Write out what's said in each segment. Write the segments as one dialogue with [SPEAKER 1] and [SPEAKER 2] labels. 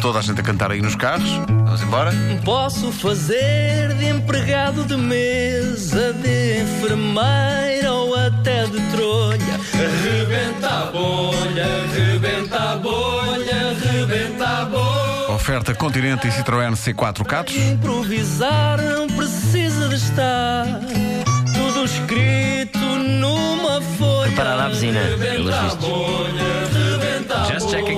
[SPEAKER 1] toda a gente a cantar aí nos carros. Vamos embora?
[SPEAKER 2] Posso fazer de empregado de mesa, de enfermeira ou até de trolha.
[SPEAKER 1] Oferta Continente e Citroën C4 Catos.
[SPEAKER 2] Improvisar não precisa de estar tudo escrito numa folha.
[SPEAKER 3] Preparada a buzina, pelos vistos. Just checking.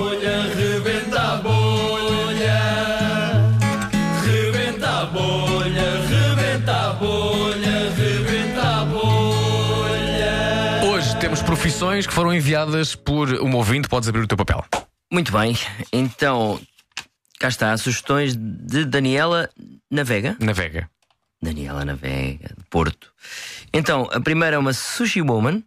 [SPEAKER 4] Hoje temos profissões que foram enviadas por um ouvinte. Podes abrir o teu papel.
[SPEAKER 3] Muito bem, então cá está. Sugestões de Daniela Navega.
[SPEAKER 4] Navega.
[SPEAKER 3] Daniela Navega, de Porto. Então, a primeira é uma sushi woman,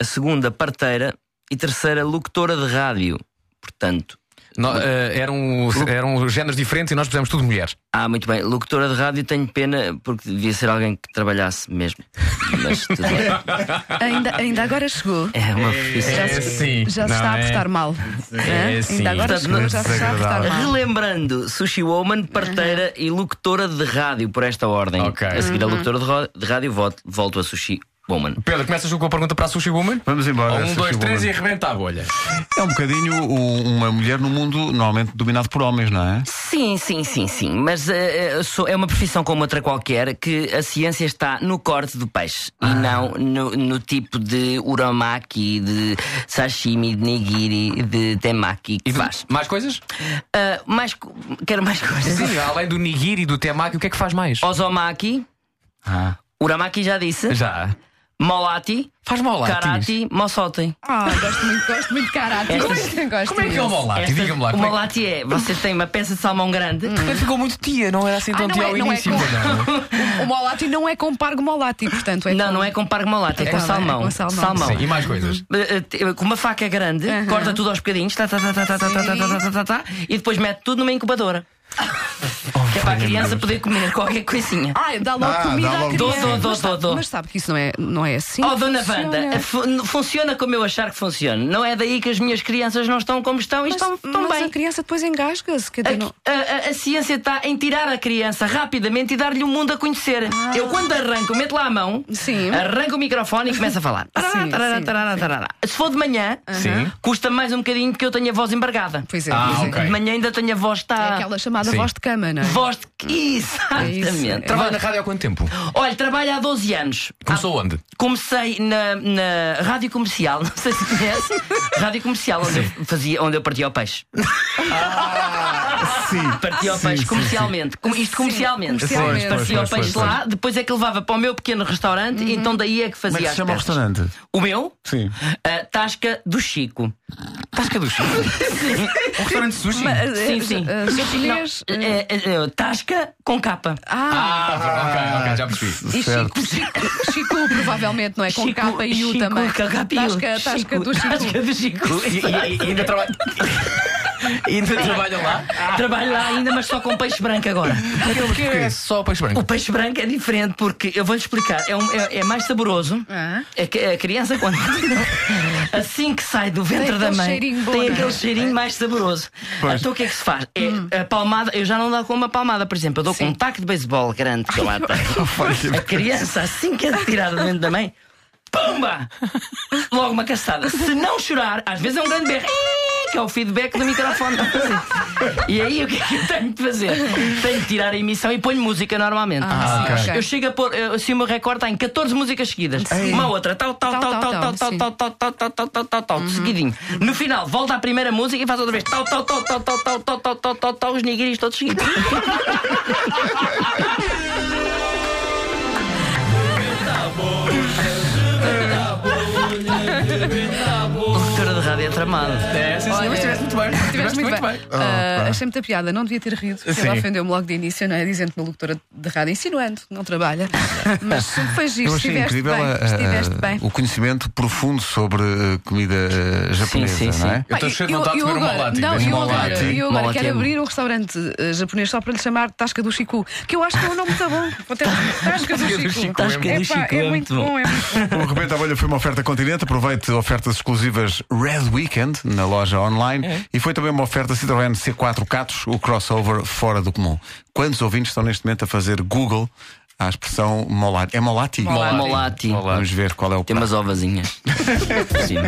[SPEAKER 3] a segunda, parteira e terceira, locutora de rádio. Portanto,
[SPEAKER 4] No- eh, eram, eram géneros diferentes e nós pusemos tudo mulheres.
[SPEAKER 3] ah, muito bem, locutora de rádio tenho pena porque devia ser alguém que trabalhasse mesmo. Mas tudo bem.
[SPEAKER 5] Ainda, ainda agora chegou.
[SPEAKER 3] É uma profissão.
[SPEAKER 5] Já se-
[SPEAKER 4] sim,
[SPEAKER 5] Já se
[SPEAKER 4] não
[SPEAKER 5] está a
[SPEAKER 4] é? assim,
[SPEAKER 5] portar mal. Hã?
[SPEAKER 4] sim.
[SPEAKER 5] Ainda agora
[SPEAKER 3] Portanto, não-
[SPEAKER 5] chegou, já se está a portar mal.
[SPEAKER 3] Relembrando, Sushi Woman, parteira e locutora de rádio, por esta ordem.
[SPEAKER 4] Ok.
[SPEAKER 3] A seguir a locutora de, ro- de rádio, volto, volto a Sushi Woman.
[SPEAKER 4] Pedro, começas tu com a pergunta para a Sushi Woman?
[SPEAKER 1] Vamos embora.
[SPEAKER 4] Um,
[SPEAKER 1] Sushi
[SPEAKER 4] dois, três
[SPEAKER 1] Woman.
[SPEAKER 4] e arrebenta a bolha.
[SPEAKER 1] É um bocadinho o- uma mulher no mundo normalmente dominado por homens, não é?
[SPEAKER 3] Sim, sim, sim, sim. Mas eh, eh, sou- é uma profissão como outra qualquer que a ciência está no corte do peixe
[SPEAKER 4] Ah.
[SPEAKER 3] e não no, no tipo de uramaki, de sashimi, de nigiri, de temaki que faz.
[SPEAKER 4] Mais coisas?
[SPEAKER 3] Ah, mais, co- quero mais coisas.
[SPEAKER 4] Sim, além do nigiri e do temaki, o que é que faz mais?
[SPEAKER 3] Ozomaki,
[SPEAKER 4] Ah,
[SPEAKER 3] uramaki já disse,
[SPEAKER 4] já.
[SPEAKER 3] molati,
[SPEAKER 4] Faz molatis.
[SPEAKER 3] karate, mosoten.
[SPEAKER 5] Ah, gosto muito, gosto muito de caráter.
[SPEAKER 3] Como é
[SPEAKER 5] Gosto
[SPEAKER 4] Como é que é o
[SPEAKER 5] imenso.
[SPEAKER 4] molati?
[SPEAKER 3] Esta-
[SPEAKER 4] Diga-me lá.
[SPEAKER 3] O
[SPEAKER 4] como é que- Hum.
[SPEAKER 3] molati é, vocês têm uma peça de salmão grande.
[SPEAKER 4] Porque ficou muito tia, não era assim
[SPEAKER 5] Ah,
[SPEAKER 4] tão
[SPEAKER 5] não
[SPEAKER 4] tia
[SPEAKER 5] é-
[SPEAKER 4] ao
[SPEAKER 5] não é
[SPEAKER 4] início.
[SPEAKER 5] com-
[SPEAKER 4] não.
[SPEAKER 5] O molati não é com pargo molati, portanto. É
[SPEAKER 3] Não,
[SPEAKER 5] com-
[SPEAKER 3] não é com pargo molati, é
[SPEAKER 5] É
[SPEAKER 3] com
[SPEAKER 5] com-
[SPEAKER 3] salmão.
[SPEAKER 5] é com salmão.
[SPEAKER 4] Sim, e mais coisas?
[SPEAKER 3] Eh, eh, te- Com uma faca grande,
[SPEAKER 5] Aham.
[SPEAKER 3] corta tudo aos bocadinhos, tá, tá, tá, tá, tá, tá, tá, tá, tá, tá, tá, tá, e depois mete tudo numa incubadora. que é para a criança poder comer qualquer coisinha.
[SPEAKER 5] Ai, dá logo
[SPEAKER 1] Ah,
[SPEAKER 5] comida
[SPEAKER 1] dá
[SPEAKER 5] à
[SPEAKER 1] logo-
[SPEAKER 5] criança.
[SPEAKER 3] Dou, dou, dou,
[SPEAKER 5] Mas sabe-
[SPEAKER 3] dou.
[SPEAKER 5] Mas sabe que isso não é, não é assim.
[SPEAKER 3] Oh, Dona
[SPEAKER 5] funciona.
[SPEAKER 3] Wanda, fu- funciona como eu achar que funciona. Não é daí que as minhas crianças não estão como estão e
[SPEAKER 5] Mas,
[SPEAKER 3] estão tão
[SPEAKER 5] mas
[SPEAKER 3] bem.
[SPEAKER 5] a criança depois engasga-se. quer dizer, não-
[SPEAKER 3] A, a- a- a ciência está em tirar a criança rapidamente e dar-lhe o mundo a conhecer. Eu, quando arranco, meto lá a mão,
[SPEAKER 5] Ah. Sim.
[SPEAKER 3] arranco o microfone e começo a falar. Tarará,
[SPEAKER 5] Sim,
[SPEAKER 3] tarará,
[SPEAKER 5] sim,
[SPEAKER 3] tarará, tarará. Se for de manhã,
[SPEAKER 4] Sim.
[SPEAKER 3] custa mais um bocadinho que eu tenha a voz embargada.
[SPEAKER 5] Pois é,
[SPEAKER 4] Ah,
[SPEAKER 5] pois é.
[SPEAKER 4] ok.
[SPEAKER 3] De manhã ainda tenho a voz
[SPEAKER 5] É
[SPEAKER 3] está.
[SPEAKER 5] aquela chamada
[SPEAKER 4] Sim.
[SPEAKER 5] voz de cama, não é?
[SPEAKER 3] Voz de. Exatamente.
[SPEAKER 5] É isso.
[SPEAKER 4] Trabalha na rádio há quanto tempo? Ah.
[SPEAKER 3] Olha, trabalho há 12 anos.
[SPEAKER 4] Começou onde?
[SPEAKER 3] Comecei na, na Rádio Comercial, não sei se conhece. Rádio Comercial, onde eu, fazia, onde eu partia o peixe.
[SPEAKER 1] Sim.
[SPEAKER 3] Partia o peixe comercialmente. Com- Isto comercialmente.
[SPEAKER 5] comercialmente.
[SPEAKER 1] Pois,
[SPEAKER 3] Partia o
[SPEAKER 1] pois, pois,
[SPEAKER 3] peixe
[SPEAKER 1] pois,
[SPEAKER 3] lá, depois é que levava para o meu pequeno restaurante,
[SPEAKER 5] Uhum.
[SPEAKER 3] então daí é que
[SPEAKER 1] Como é
[SPEAKER 3] fazia
[SPEAKER 1] que se
[SPEAKER 3] as
[SPEAKER 1] chama o
[SPEAKER 3] peças.
[SPEAKER 1] restaurante?
[SPEAKER 3] O meu?
[SPEAKER 1] Sim.
[SPEAKER 3] A Tasca do Chico.
[SPEAKER 5] Uhum.
[SPEAKER 4] Tasca do Chico. Um restaurante de sushi?
[SPEAKER 5] Mas, eh,
[SPEAKER 3] Sim, sim.
[SPEAKER 5] eh, japonês,
[SPEAKER 3] Não,
[SPEAKER 5] eh,
[SPEAKER 3] é, é, é, Tasca com capa.
[SPEAKER 5] Ah,
[SPEAKER 4] Ah, ok, ok, já percebi.
[SPEAKER 5] e
[SPEAKER 1] certo.
[SPEAKER 5] Chico, Chico, Chico, provavelmente, não é? Com
[SPEAKER 3] Chico,
[SPEAKER 5] K e U
[SPEAKER 3] Chico,
[SPEAKER 5] também.
[SPEAKER 3] K K I U.
[SPEAKER 5] Tasca, tasca do Chico.
[SPEAKER 3] Tasca do Chico.
[SPEAKER 4] E, e- e ainda trabalha. e ainda trabalha lá?
[SPEAKER 3] Trabalho lá ainda, mas só com peixe branco agora.
[SPEAKER 4] Ah, Porque é só peixe
[SPEAKER 3] O
[SPEAKER 4] branco.
[SPEAKER 3] peixe branco é diferente porque eu vou-lhe explicar, é, um- é- é mais saboroso.
[SPEAKER 5] Ah.
[SPEAKER 3] É que A, criança, quando assim que sai do ventre
[SPEAKER 5] Tem
[SPEAKER 3] da
[SPEAKER 5] aquele
[SPEAKER 3] mãe,
[SPEAKER 5] cheirinho bom,
[SPEAKER 3] tem
[SPEAKER 5] não é? Hum.
[SPEAKER 3] aquele cheirinho mais saboroso. Então o que é que se faz? É, a palmada, eu já não dou com uma palmada, por exemplo, eu dou com um taco de beisebol grande que eu lá tenho. A criança, assim que é tirada do ventre da mãe, pumba! Logo uma cacetada. Se não chorar, às vezes é um grande berro. "Ih", Que é o feedback do microfone. E aí o que é que eu tenho de fazer? Tenho de tirar a emissão e ponho música normalmente.
[SPEAKER 5] Ah,
[SPEAKER 4] ok.
[SPEAKER 5] ok.
[SPEAKER 3] Eu chego a pôr, eh, assim o meu recorde está em 14 músicas seguidas. Uma outra, tal, tal, tal, tal, Uhum. tal, tal,
[SPEAKER 5] sim.
[SPEAKER 3] tal, tal, tal, tal, tal, tal, tal, tal, seguidinho. No final, volta à primeira música e faz outra vez tal, tal, tal, tal, tal, tal, tal, tal, tal, tal, tal, os nigiris todos seguidos. Locutora de rádio é tramada.
[SPEAKER 4] É, sim, sim, mas estiveste muito bem.
[SPEAKER 5] Tiveste muito bem. Ah, achei muita piada, não devia ter rido, porque ela
[SPEAKER 4] Sim.
[SPEAKER 5] ofendeu-me logo de início, não é? Dizendo-me uma locutora de rádio, insinuando, que não trabalha. Mas foi giro,
[SPEAKER 1] Eu achei
[SPEAKER 5] estiveste
[SPEAKER 1] incrível
[SPEAKER 5] bem.
[SPEAKER 1] a- a-
[SPEAKER 5] estiveste bem.
[SPEAKER 1] o conhecimento profundo sobre eh, comida eh, japonesa,
[SPEAKER 3] sim, sim.
[SPEAKER 1] não é?
[SPEAKER 4] Eu estou cheio de
[SPEAKER 5] Eu-
[SPEAKER 4] vontade de
[SPEAKER 5] eu
[SPEAKER 4] comer um
[SPEAKER 5] agora-
[SPEAKER 4] molati.
[SPEAKER 5] Não,
[SPEAKER 4] Deixa-me
[SPEAKER 5] eu
[SPEAKER 4] lá.
[SPEAKER 5] agora,
[SPEAKER 3] Sim.
[SPEAKER 5] eu agora
[SPEAKER 3] Molati
[SPEAKER 5] quero
[SPEAKER 3] é bom.
[SPEAKER 5] abrir um restaurante eh, japonês só para lhe chamar Tasca do Chico, que eu acho que é um nome muito bom. Vou ter- Tasca do
[SPEAKER 4] do
[SPEAKER 5] Chico.
[SPEAKER 4] Chico é
[SPEAKER 3] bom.
[SPEAKER 5] Epá,
[SPEAKER 3] Tasca do Chico é muito bom.
[SPEAKER 5] é muito bom.
[SPEAKER 1] O Rebenta a Bolha foi uma oferta continente. Aproveite ofertas exclusivas Red Week. weekend na loja online e foi também uma oferta Citroën C4 Catos, o crossover fora do comum. Quantos ouvintes estão neste momento a fazer Google à expressão Molati? É Molati?
[SPEAKER 3] Molati.
[SPEAKER 5] Molati.
[SPEAKER 1] Vamos ver qual é o
[SPEAKER 3] Tem umas ovazinhas. Por cima.